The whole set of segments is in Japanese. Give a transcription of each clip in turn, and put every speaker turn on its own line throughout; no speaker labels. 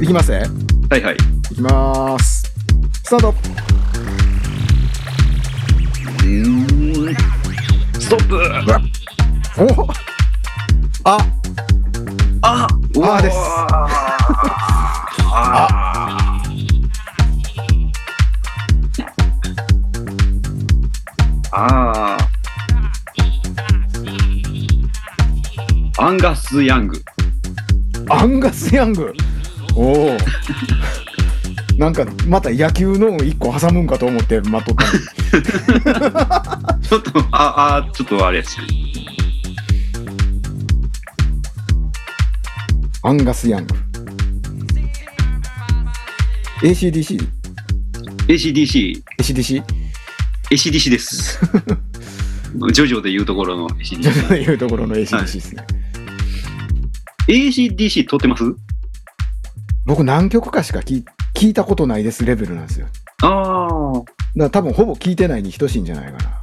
いきますね
はいはい。
いきますスタート
ストップ
おあ
あ
うわーです
ああーアンガス・ヤング。
アンガス・ヤングおおなんかまた野球の一個挟むんかと思って待っとったのに
ちょっと、ああ、ちょっとあれですね。
アンガス・ヤング ACDC
ACDC、
ACDC
ACDC です。ジョジョで言うところの ACDC。
というところの ACDC ですね、
ACDC 撮ってます
僕何曲かしか聞聞いたことないですレベルなんですよだか
ああ。
ら多分ほぼ聞いてないに等しいんじゃないかな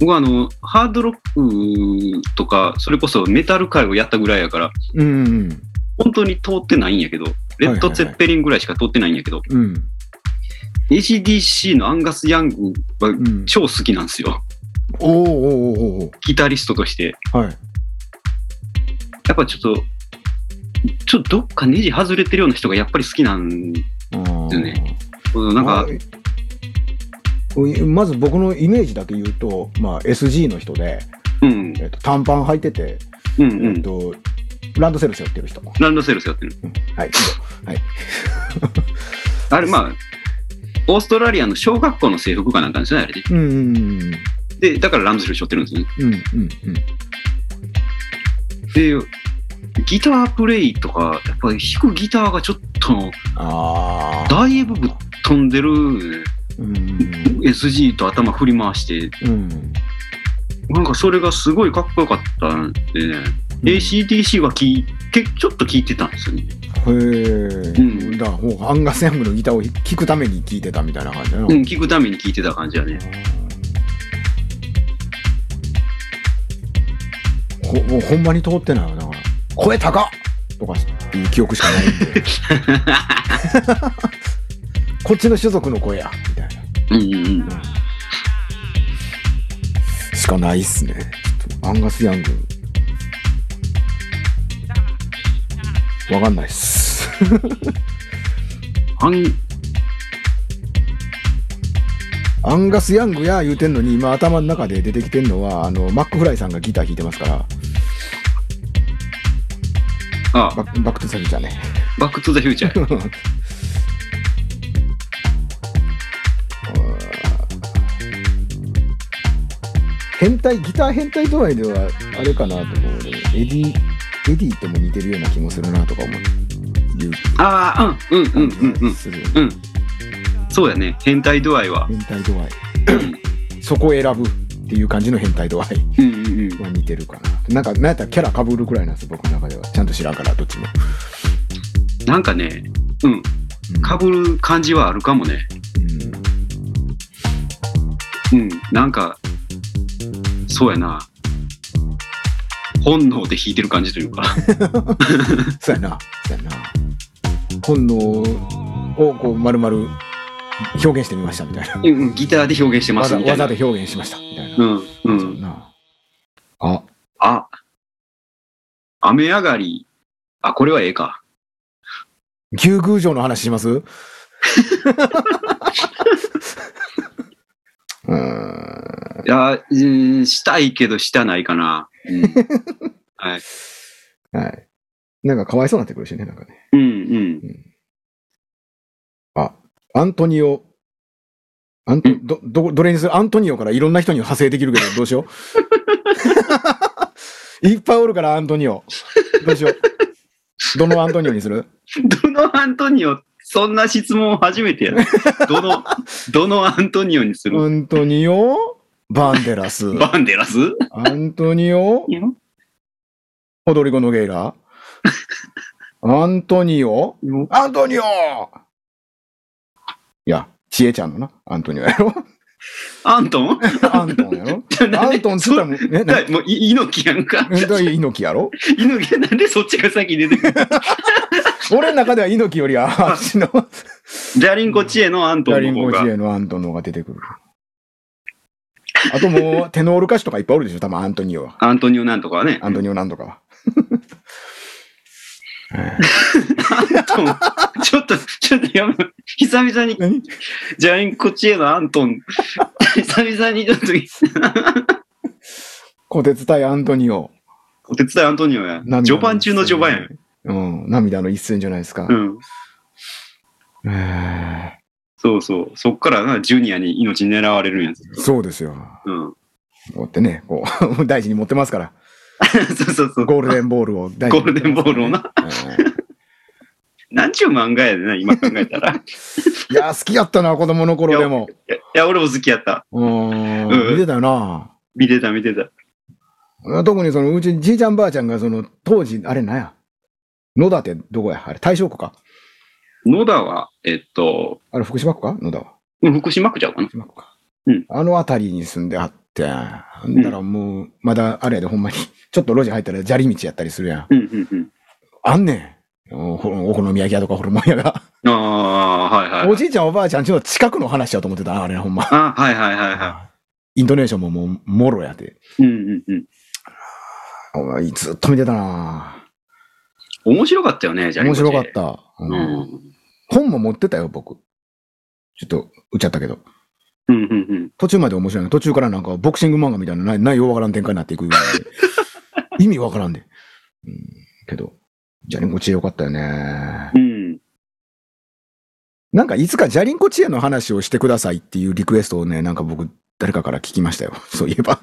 僕はあの、ハードロックとか、それこそメタル界をやったぐらいやから、
うんうん
本当に通ってないんやけど、レッド・ツェッペリンぐらいしか通ってないんやけど、
うん、
ACDC のアンガス・ヤングは
うん、
超好きなんですよ。
おーおーおーおーお
ギタリストとして。
ーはい
やっぱちょっと、ちょっとどっかネジ外れてるような人がやっぱり好きなん、
あー
ですねなんか、
まあまず僕のイメージだけ言うと、まあ、SG の人で、
うん、
えっと短パン履いてて、
うん、う
えっ
ん。
とランドセル背負ってる人も、
ランドセルスやってる。
うんはい、
あれ、まあ、オーストラリアの小学校の制服かなんかですよね、あれで。
うんうんうん
で、だからランドセル背負ってるんですよね。
うんうん
で、ギタープレイとか、やっぱり弾くギターがちょっと、
ああ
だいぶぶっ飛んでる
うん、
SG と頭振り回して、
うん、
なんかそれがすごいかっこよかったんでね、ACDC は聞いけちょっと聞いてたんですよね。
へえ、
うん
だからもうアンガス・ヤングのギターを聴くために聴いてたみたいな感じだな、
うん、聞くために聞いてた感じだね。
ほもうほんまに通ってないよだから声高っとかっていう記憶しかないんでこっちの種族の声やみたい
うんうんうん。
なしかないっすねちょっとアンガス・ヤングわかんないっす
あん
アンガス・ヤングや言うてんのに今頭の中で出てきてんのはあのマックフライさんがギター弾いてますから
あ
バッバック・トゥ・ザ・フューチャーね
バック・トゥ・ザ・フューチャ ー。
変態ギター変態度合いではあれかなと思うけどエディエディとも似てるような気もするなとか思う
ああ、うんうんうんうんうん。
する
うん。そうやね。変態度合いは。
変態度合い そこを選ぶっていう感じの変態度合い
うんうんうん。
は似てるかななんかなんやったらキャラかぶるくらいなんです僕の中ではちゃんと知らんからどっちも、
なんかね、うん。
うん
かぶる感じはあるかもね。
うん
うん。なんか、そうやな。本能で弾いてる感じというか。
そうやな、そうやな。本能をこう丸々表現してみましたみたいな。
うんうん、ギターで表現してま
技
すみたいな。
技で表現しましたみたいな。
うんう。
そうんな。あ、
あ、雨上がり。あ、これはええか。
牛宮城の話します うーん。
いや、うん、したいけどしたないかな。 うん、はい。
はい。なんかかわいそうになってくるしね、なんかね。
うんうん。
あ、アントニオ。アント
うん
ど、ど、どれにするアントニオからいろんな人に派生できるけど、どうしよ う。いっぱいおるから、アントニオ。どうしよう。どのアントニオにする
どのアントニオそんな質問初めてやね。ど の、どのアントニオにする
アントニオ・バンデラス。
バンデラス
アントニオ・ホドリゴ・ノゲイ ラ。アントニオアントニオいや、ちえちゃんのな、アントニオやろ。
アント ン
アントンやろ。 アントンっつ
そ
ったらもう、え、な、
れもうい猪木やんか。
猪木やろ
猪木なんでそっちが先に出てくる
俺の中では猪木よりあっちの、
ジャリンコ知恵のアン
ジ
ト
ャ
ン
リ
の
ン
方
コ
が
知。恵のアントンの方が出てくる。あともう、テノール歌手とかいっぱいおるでしょ、多分アントニオは。
アントニオなんとかは ね。
アントニオなんとかは。え
アントンちょっと、ちょっとやめろ。久々
ー
に
何
ジャリンコ知恵のアントン。久々にちょっと、
小鉄対アントニオ。
お手伝いアントニオや。
涙の一
序盤中の序盤や。
うん、涙の一戦じゃないですか
う。ん。
え
そうそう。そっからな、ジュニアに命狙われるんやつ。
ーそうですよ。
うん。
こうやってね、こう、 大事に持ってますから。
そうそうそう。
ゴールデンボールを大
ゴ
事
ー
に持って
ルデン
ま
ボ
す
ールをな。
からね。えー
なんちゅう漫画やでな、今考えたら。い
いや、好きやったな、子供の頃でも。
やいや、俺も好きやった。
うん
うん、
見てたよな。
見てた、見てた。
特にそのうちじいちゃんばあちゃんがその当時あれなんや野田ってどこやあれ大正区か
野田は、えっと、
あれ福島区か野田は
うん福島区ちゃうかな。
福島区か、
うん
あの辺りに住んではってほんだらもうまだあれやでほんまにちょっと路地入ったら砂利道やったりするやん
うんうん
あんねんおお好み焼き屋とかホルモン屋が
うん。ああー、はいはい。
おじいちゃんおばあちゃんちの近くの話やと思ってたあれほんま
あはいはいはいは
イントネーションももうもろやで
い。うんうんうん。
お前ずっと見てたな
面白かったよね、じゃあ。
面白かっ。た、
うん。
う
うん
ん本も持ってたよ僕ちょっと売っちゃったけど
うんうん。
途中まで面白いの途中からなんかボクシング漫画みたいなない内容わからん展開になっていくぐらい で意味わからんで、うん、けどジャリンコ知恵よかったよね
うん。
なんかいつかジャリンコ知恵の話をしてくださいっていうリクエストをねなんか僕誰かから聞きましたよそういえば、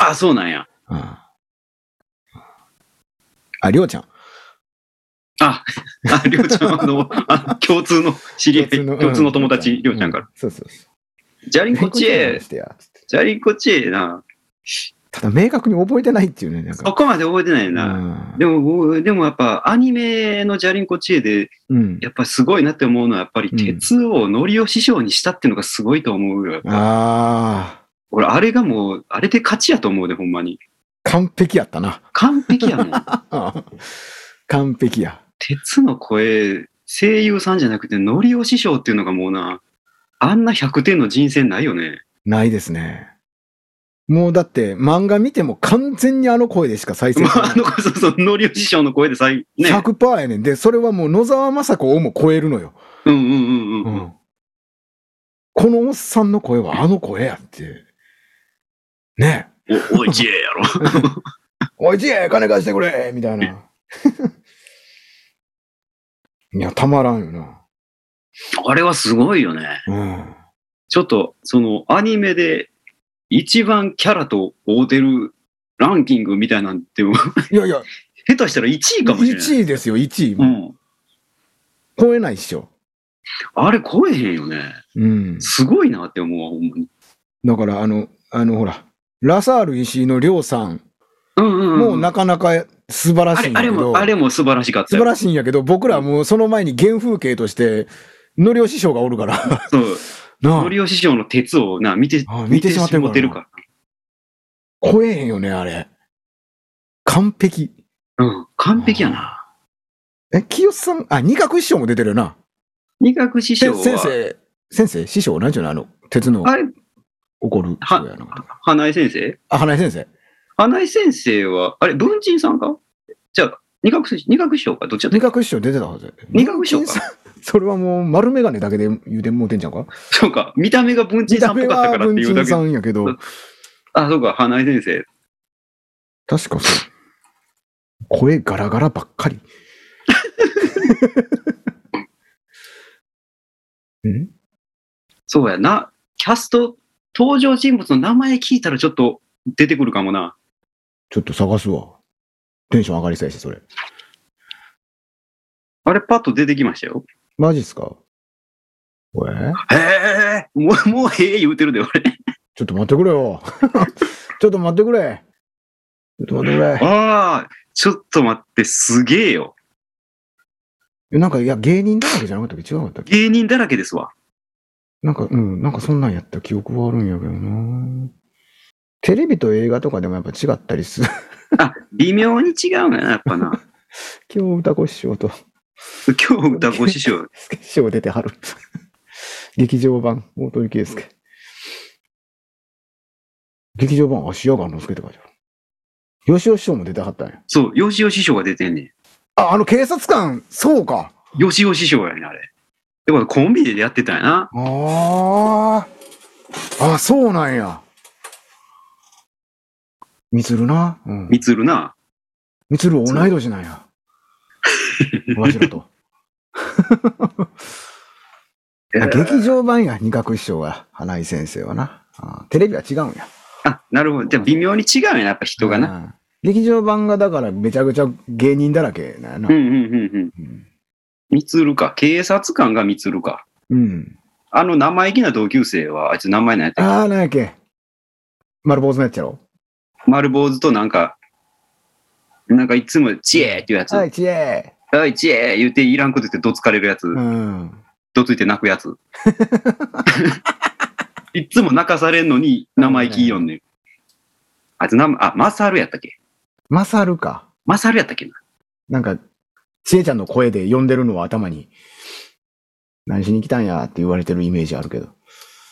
あ、そうなんや。
うん、ありょうちゃん
あ、りょうちゃんはあの、あ共通の知り合い、共通の,、
うん
友達、りょうちゃんから。
うそうそうそ
ジャリ
う
ンコ知
ジャリンコ知恵の話
恵、
してやつって
ジャリンコ知恵な、
ただ明確に覚えてないっていうねなんか
そこまで覚えてない
う
な。
ん
でも僕、でもやっぱアニメのジャリンコ知恵で、
うん
やっぱすごいなって思うのは、やっぱり鉄をのりお師匠にしたっていうのがすごいと思うよ。やっぱ
ああ
俺、あれがもう、あれで勝ちやと思うで、ほんまに。
完璧やったな
完璧やもん。
ああ完璧や。
鉄の声、声優さんじゃなくて、のりお師匠っていうのがもうな、あんな100点の人生ないよね。
ないですね。もうだって漫画見ても完全にあの声でしか再生
ま
さ
あ、
れ
あの
ない。、
そうそう、のりお師匠の声でさい、ね。
100%やねん。で、それはもう野沢雅子をも超えるのよ。
うんうんうんうん。
このおっさんの声はあの声やって。ね
お、おい、知恵やろ。
え。おいちえ、金貸してくれみたいな。 いや、たまらんよな。
あれはすごいよね。
うん。
ちょっと、その、アニメで、一番キャラと合うてるランキングみたいなんて、
いやいや、
下手したら1位かもしれない。
1位ですよ、1位。
うん。
超えないっしょ。
あれ超えへんよね。
うん。
すごいなって思うわ、ほんまに。
だから、あの、あの、ほら、ラサール石井のりょうさん
うんうん、うん。
もうなかなか素晴ら
あ
しい
れ
ん
あ
や
れ
けど
も、、あれも素晴らしかった
素
よ
晴。らしいんやけど、僕らはもうその前に原風景として、のりお師匠がおるから、
そう。
な
のりお師匠の鉄をな、見て、
ああ見てしまってるからな
見るか
あ、超えへんよね、あれ。完璧。
ら。うん。完璧やな。
え、清須さん、あ、二角師匠も出てるよな。
二角師匠
せ
は、
先生、先生、師匠、なんちゅうの、あの、鉄の
あれ、
怒る人やな。
花井先生
あ、花井先生。
花井先生は、あれ、文人さんかじゃあ、二角師二角師匠かどっちだった
二角師匠出てたはず。
二角師匠か
文鎮さんそ れはもう丸眼鏡だけで言うてもうてんちゃうか
そうか、見た目が文人
見
さ
た
んっぽ
目
かった
は
からって
文
いう
鎮
だけ
さ。んやけど、
あ、そうか、花井先生。
確かそう。声ガラガラばっかり。ん
そうやな。キャスト、登場人物の名前聞いたらちょっと出てくるかもな。
ちょっと探すわ。テンション上がりそうやし、それ。
あれ、パッと出てきましたよ。
マジっすかこれ
へえもう、もうへえ言うてるで、俺。
ちょっと待ってくれよ。 ちょっと待ってくれ。ちょっと待ってくれ。
ああ、ちょっと待って、すげえよ。
えなんか、いや、芸人だらけじゃなかったっけ違うかったっけ
芸人だらけですわ。
なんか、うん、なんかそんなんやった記憶はあるんやけどな。テレビと映画とかでもやっぱ違ったりする。
あ、微妙に違うんやな、やっぱな。
今日歌子師匠と
今日歌ご師匠。
スケ師匠出てはる。 劇場版、大鳥圭介。劇場版、芦屋雁之助って書いてある。吉尾師匠も出てはったんや。
そう、よしお師匠が出てんね
あ、あの警察官、そうか。
ん。よしお師匠やねん、あれ。でもコンビでやってたんやな。
ああ。あ、そうなんや。みつるな。うん。
みつるな。
みつる同い年なんや。わしらと。あ劇場版や、二角師匠が、花井先生はな。あテレビは違うんや。
あ、なるほど。じゃあ微妙に違うんやな、やっぱ人がな。
な。劇場版がだからめちゃくちゃ芸人だらけなんやな
うん。うんうんうん。
うん。
みつるか。警察官がみつるか。
うん、
あの生意気な同級生は、あいつ名前なんやったっ
ああ、なんやっけ。丸坊主のやつやろ。
け丸坊主となんか、なんかいつも、ちえーっていうやつ。
はい、ちえ
おい、ちえー言うていらんこと言ってどつかれるやつ。
うん。
どついて泣くや つ。いっつも泣かされんのに生意気いよんねん。あいつな、あ、マサルやったっけ
マサルか。
マサルやったっけな
なんか、ちえちゃんの声で呼んでるのは頭に、何しに来たんやって言われてるイメージあるけど。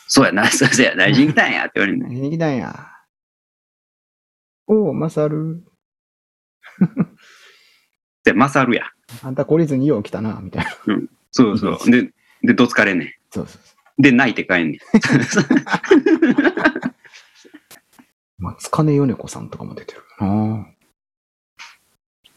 そうやな、 そうやな、大事に来たんやって言われるね。
何しに来たんや。おう、マサル。
で、マサルや。
あんた懲りずによう来たな、みたいな。
そうそう。で、で、どつかれんね
そうそうそ
ん。で、泣いて帰んねん。
う。まあ、塚根米子さんとかも出てるな。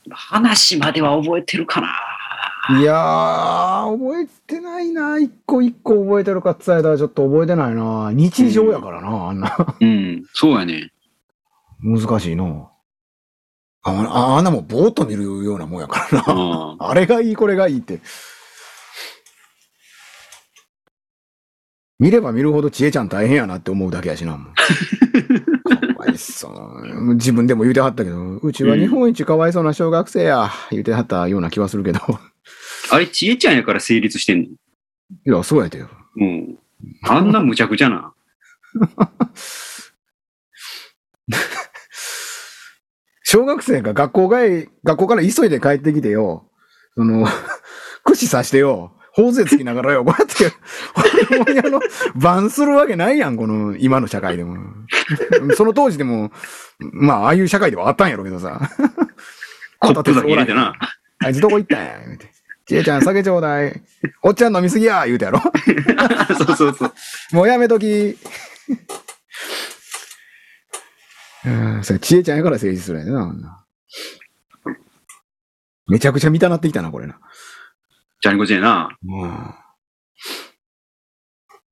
話までは覚えてるかない
やー、覚えてないな。一個一個覚えてるかって言われたらちょっと覚えてないな。日常やからな、あんな。
うん、そうやね。
難しいな。あああんなもんぼーっと見るようなもんやからな。
あ
あれがいい、これがいいって。見れば見るほどちえちゃん大変やなって思うだけやしな。も うかわいそう。もう自分でも言うてはったけど、うちは日本一かわいそうな小学生や、言うてはったような気はするけど。
あれ、ちえちゃんやから成立してんね
いや、そうやてよ。
ん。うん。あんなむちゃくちゃな。
小学生が学校帰、学校から急いで帰ってきてよ、その、 串刺してよ、頬杖つきながらよ、こうやって、ほんまにあの、バンするわけないやん、この、今の社会でも。その当時でも、まあ、ああいう社会ではあったんやろうけどさ。
コップだけ入れてな。
あいつどこ行ったんや、言うて。ちえちゃん酒ちょうだい。おっちゃん飲みすぎや、言うてやろ。
そうそうそう。
もうやめと き。うん、それ、ちえちゃんやから成立するんやなあんな、めちゃくちゃ見たなってきたな、これな。
ジャニコちえな。
うん。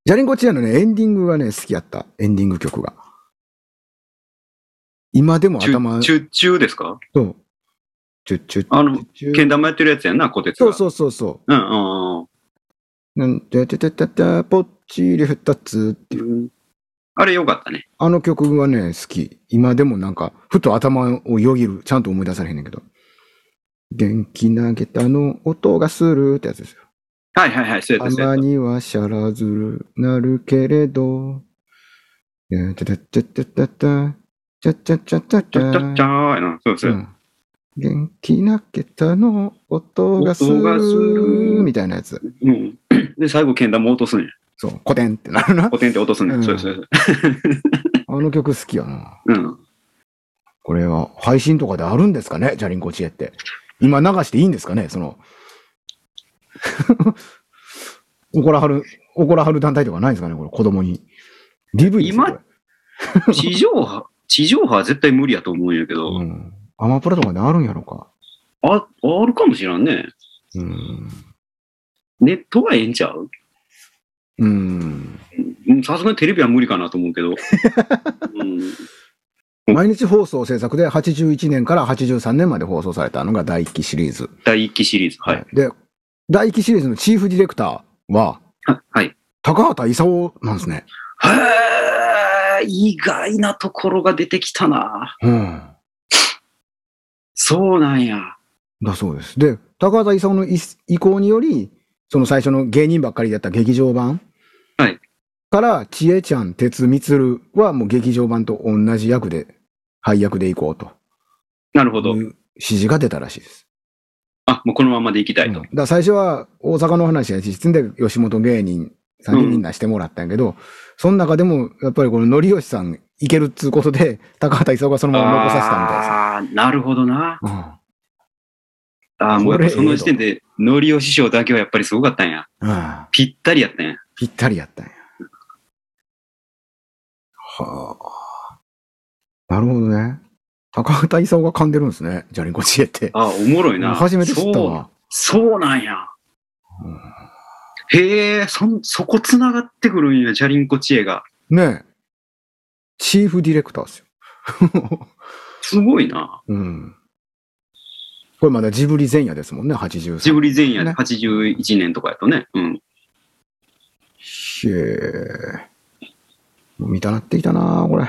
ジャリンコチアのね、エンディングがね、好きやった。エンディング曲が。今でも
チュ
頭、
ッチ
そう。
ュッチュですか
チュッチュッ
あの、
チュ
けん玉やってるやつやんな、小鉄
そ
が。。
うそうそうそう
うんうんうん
う。なんててててて、ぽっちり二つっていう。
うん。あれよかったね。
あの曲がね、好き。今でもなんか、ふと頭をよぎる。ちゃんと思い出されへんねんけど。元気なげたの音がするってやつですよ。
はいはいはい、そうやったそうや
雨
った。
にはシャラズルなるけれど。チャチャチャチャチャチャチャチャチャ
ちゃっちゃっちゃーうん、そうそうう。
ん元気なげたの音がす
音がす
る
る
みたいなやつ。
うん。で、最後、けん玉落とすねん。
そう、コテンってなるな
ポ。テンって落とすね
うん
ん。そうそうそう。
あの曲好きやな。
うん。
これは配信とかであるんですかねジャリンコ知恵って。今流していいんですかねその。 怒らはる、怒らはる団体とかないんですかねこれ、子供に。DV ですよ
今
こ
地上波、地上波は絶対無理やと思うんやけ
れ
ど、
うん。アマプラとかであるんやろか。
あ、あるかもしらんね。
うん。
ネットはええんちゃう
うん。
うんさすがにテレビは無理かなと思うけ ど。うん。
毎日放送制作で81年から83年まで放送されたのが第1期シリーズ。
第一期シリーズ。はい。
で、大輝シリーズのチーフディレクターは、
ははい。
高畑勲なんですね。
へえ、意外なところが出てきたな。
うん。
そうなんや。
だそうです。で、高畑勲の意意向により、その最初の芸人ばっかりだった劇場版。
はい
から、ちえちゃん、鉄光はもう劇場版と同じ役で、配役でいこうと。
なるほど
い。う指示が出たらしいです。
あ、もうこのままでいきたいと。
うんだから最初は大阪の話やし、つんで吉本芸人3人みんなしてもらったんやけど、その中でもやっぱりこの則吉さんいけるっつうことで、高畑勲がそのまま残させたみたいです。
ああー、なるほどな。
う
ああ、もうやっぱ
これえ
そ
え
の
と
時点で、ノリオ師匠だけはやっぱりすごかったんや。
んうん
ぴったりやったんや。
ぴったりやったんや。はあ。なるほどね。高畑勲が噛んでるんですね。じゃりンコ知恵って。
ああ、おもろいな。
初めて知った
そう。
わ。
そうなんや
うん。
へえ、そん、そこ繋がってくるんや、ジャリンコ知恵が。
ねえ。チーフディレクターですよ。
すごいな。
うん。これまだジブリ前夜ですもんね、83。
ジブリ前夜で
ね
81年とかやとね。うん。
へえ。もう見たなってきたなこれ。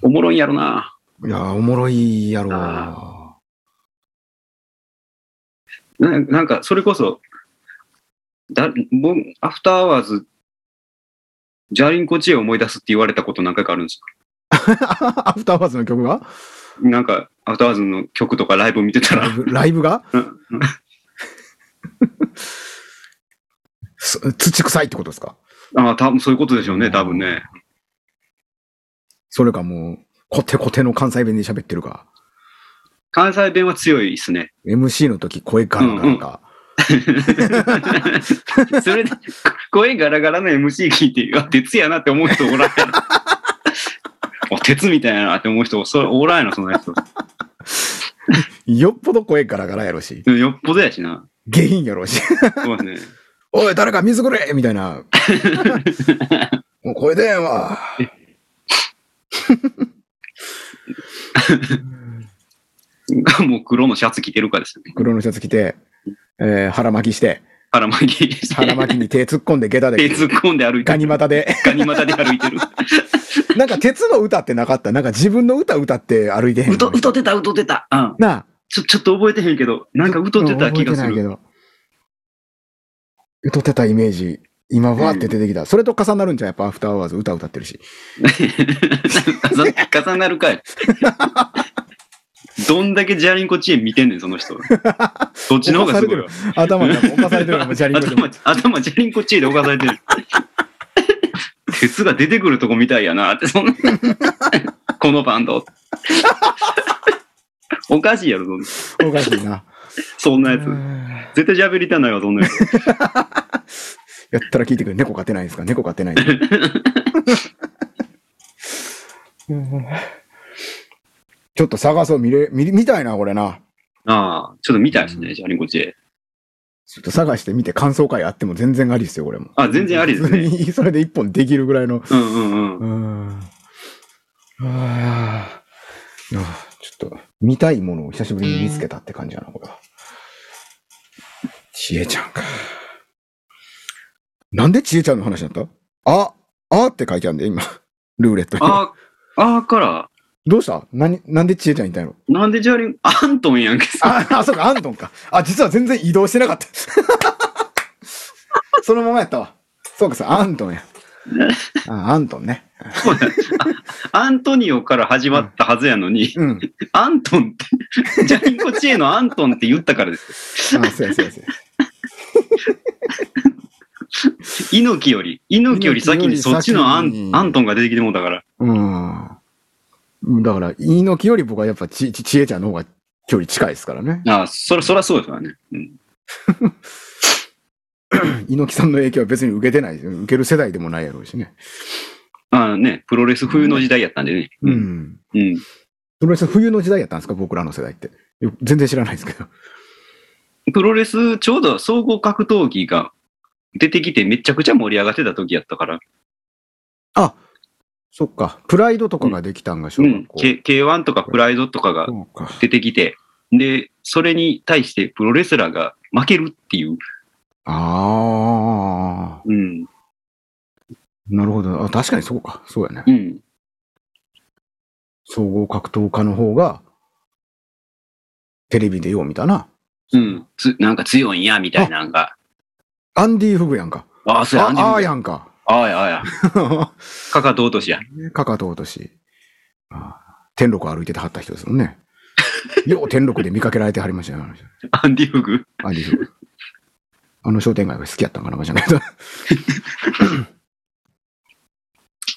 おもろいんやろな。
いやーおもろいやろ
あななんか、それこそ、だ、もう、アフターアワーズ、ジャリンコ知恵を思い出すって言われたこと何回かあるんですよ
アフターバーズの曲が
なんか、アフターアワーズの曲とかライブ見てた
ライ
ら、
ブライブが
うんうん
す土臭いってことですか
ああ、多分そういうことでしょうね、多分ね。
それかもう、コテコテの関西弁で喋ってるか。
関西弁は強いで すね。
MC の時声ガラガラか。
それで、声ガラガラの MC 聞いて、あ、鉄やなって思う人おらん やろ。あ鉄みたいやなって思う人、それおらんやろ、そんな人。
よっぽど声ガラガラやろし、
でもよっぽどやしな。
下品やろし。
そうですね。
おい、誰か水くれみたい な。もう声出えんわ。
もう黒のシャツ着てるかですよね。
黒のシャツ着て、えー腹巻きして、
腹巻きして
腹巻きに手突っ込んで下駄
手
で、
突っ込んで歩いて
ガ
る。
ニ股で。
ガニ股で歩いて る。
なんか鉄の歌ってなかったなんか自分の歌歌って歩いてへんの
うと、うとてた、うとてた。うん。
なあ。
ちょ、ちょっと覚えてへんけど、なんかうとてた気がす
うん覚えてないけ
る。
ど。歌ってたイメージ、今、わーって出てきた。それと重なるんじゃうやっぱアフターアワーズ歌歌ってるし。
重なる かい。どんだけジャリンコチエ見てんねん、その人。どっちの方がすごいわ。
頭に犯されてるのもジャリンコでも
頭、頭ジャリンコチエで犯されてる。鉄が出てくるとこみたいやなって、そんな。このバンド。おかしいやろ、そんな
おかしいな。
そんなやつ。
や
絶対ジャベリたないわ、そんなやつ。
ったら聞いてくれ。猫飼ってないですか猫飼ってない ですかうんちょっと探そう。見れ、見、見たいな、これな。
ああ、ちょっと見たいですね、ジャリンコチエ。
ちょっと探してみて感想会あっても全然ありですよ、これも。
あ、全然ありですね。
それで一本できるぐらいの
うんうんうん。
うん。ああ。いやちょっと、見たいものを久しぶりに見つけたって感じやな、これは。ちえちゃんか。なんでちえちゃんの話だったあ、あって書いてあるんで、今。ルーレットに。
ああ、ああから、
どうした何、なんでちえちゃんいたんやろ
なんでジャリン、アントンやんけ、
あ、あ、そうか、アントンか。あ、実は全然移動してなかった。 そのままやったわ。そうか、そう、アントンや。あ、アントンね。
そうやあ アントニオから始まったはずやのに、
うん。
アントンって、ジャリンコ知恵のアントンって言ったからです。
あ、そうや、そうや、そうや。
猪木より、猪木より先にそっちのア
猪木より先
ン
に
アントンが出てきてもうたから。
うん。だから、猪木より僕はやっぱち、ち、ちえちゃんの方が距離近いですからね。
ああ、そら、そらそうですからね。うん、
猪木さんの影響は別に受けてない。受ける世代でもないやろうしね。
ああね、プロレス冬の時代やったんでね。
う。ん。
うん。
プロレス冬の時代やったんですか僕らの世代って。よ全然知らないですけど。
プロレス、ちょうど総合格闘技が出てきてめちゃくちゃ盛り上がってた時やったから。
あ そっか。プライドとかができたんが小
う
学
ん。
校。
K- K1 とかプライドとかが
そうか。
出てきて、で、それに対してプロレスラーが負けるっていう。
ああ、
うん。
なるほど。あ確かにそうか。そうやね
う。ん。
総合格闘家の方が、テレビでよう見たな。
うん。つなんか強いんや、みたいなんが。
アンディ・フグやんか。
ああ、そうや、アンディ
ああー
フグ
やんか。
ああや、ああや。かかと落としや。
かかと落とし。あー天禄歩いててはった人ですもんね。 よう天禄で見かけられてはりましたよ。あの人
アンディフグ。
アンディ・フグ。あの商店街が好きやったんかな、じゃないけど。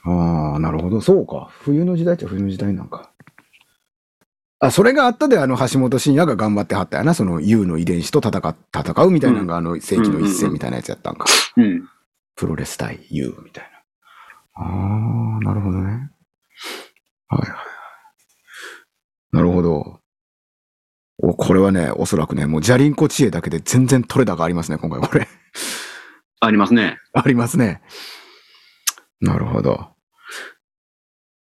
ああ、なるほど。そうか。冬の時代っちゃ冬の時代なんか。あ、それがあったで、あの、橋本真也が頑張ってはったやな。その、U の遺伝子と戦っ戦うみたいなのが、あの、世紀の一戦みたいなやつやったんか。
うん。
プロレス対 U みたいな。ああ、なるほどね。はいはいはい。なるほど。おこれはね、おそらくね、もう、ジャリンコ知恵だけで全然取れ高ありますね、今回これ。
ありますね。
ありますね。なるほど。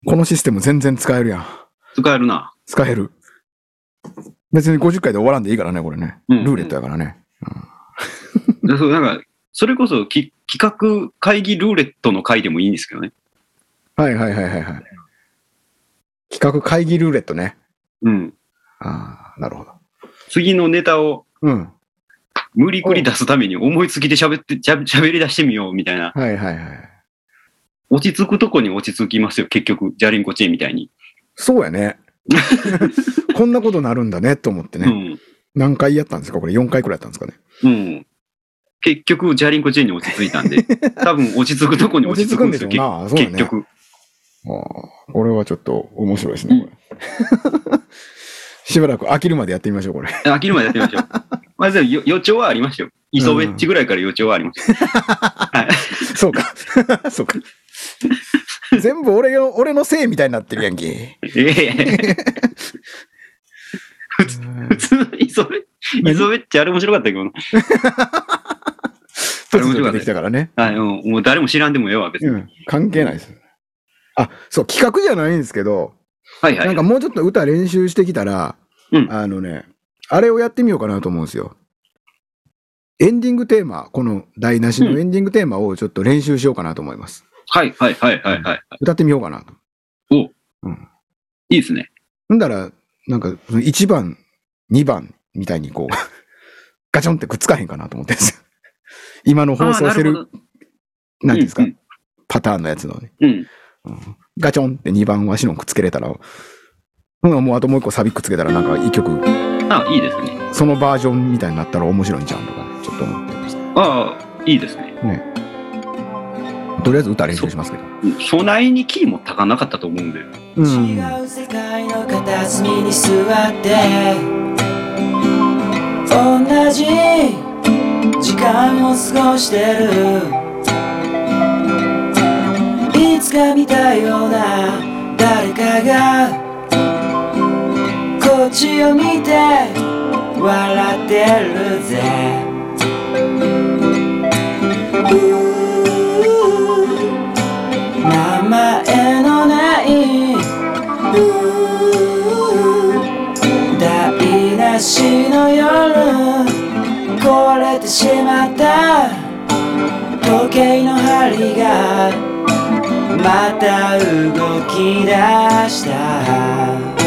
このシステム全然使えるやん。
使えるな。
使える。別に50回で終わらんでいいからね、これね。
うん
ルーレットやからね。
でそうなんか、それこそき企画会議ルーレットの回でもいいんですけどね。
はいはいはいはいはい。企画会議ルーレットね。
うん。
ああ、なるほど。
次のネタを
うん。
無理くり出すために思いつきで喋って、しゃ喋り出してみようみたいな。
はいはいはい。
落ち着くとこに落ち着きますよ、結局。ジャリンコチェーンみたいに。
そうやね。 こんなことなるんだねと思ってね。何回やったんですかこれ4回くらいやったんですかね。
うん。うん。結局、ジャリンコチェーンに落ち着いた んで、多分落ち着くとこに落ち着くんですよ、
落ち着くんでしょうな
結
そうね
結局。
ああ、これはちょっと面白いですね、これ。 しばらく飽きるまでやってみましょう、これ。
飽きるまでやってみましょう。まあ、でもよ予兆はありましたよ。磯ベッチぐらいから予兆はありました。
そうか。 そうか。全部俺の、俺のせいみたいになってるやん け。
ええ普通、磯ベッチ、磯ベッチあれ面白かったけどな。
突如出てきたからね。
はい、うんもう誰も知らんでもええわ、別に。
うん。関係ないです。あ、そう、企画じゃないんですけど、
はいはい。
なんかもうちょっと歌練習してきたら、
うん
あのね、あれをやってみようかなと思うんですよ。エンディングテーマ、この台無しのエンディングテーマをちょっと練習しようかなと思います。
はいはいはいはいはい。
歌ってみようかなと。
いいですね。
なんだら、なんか、1番、2番みたいに こう、ガチョンってくっつかへんかなと思ってるんですよ。今の放送してる、
あー
なんていうんですか、
なる
パターンのやつの、ね
ほどうんうん。
うんガチョンって2番わしのくっつけれたら、ほなもうあともう一個サビくっつけたらなんか一曲
うんあ、いいですね。
そのバージョンみたいになったら面白いんじゃうんとかね、ちょっと思ってまし
ああ、いいですね。
た。とりあえず歌練習しますけど。
うんそないにキーも高なかったと思うんで。
う
違う世界の片隅に座って同じ時間を過ごしてるいつか見たような誰かがこっちを見て笑ってるぜ名前のない台無しの夜壊れてしまった時計の針がまた動き出した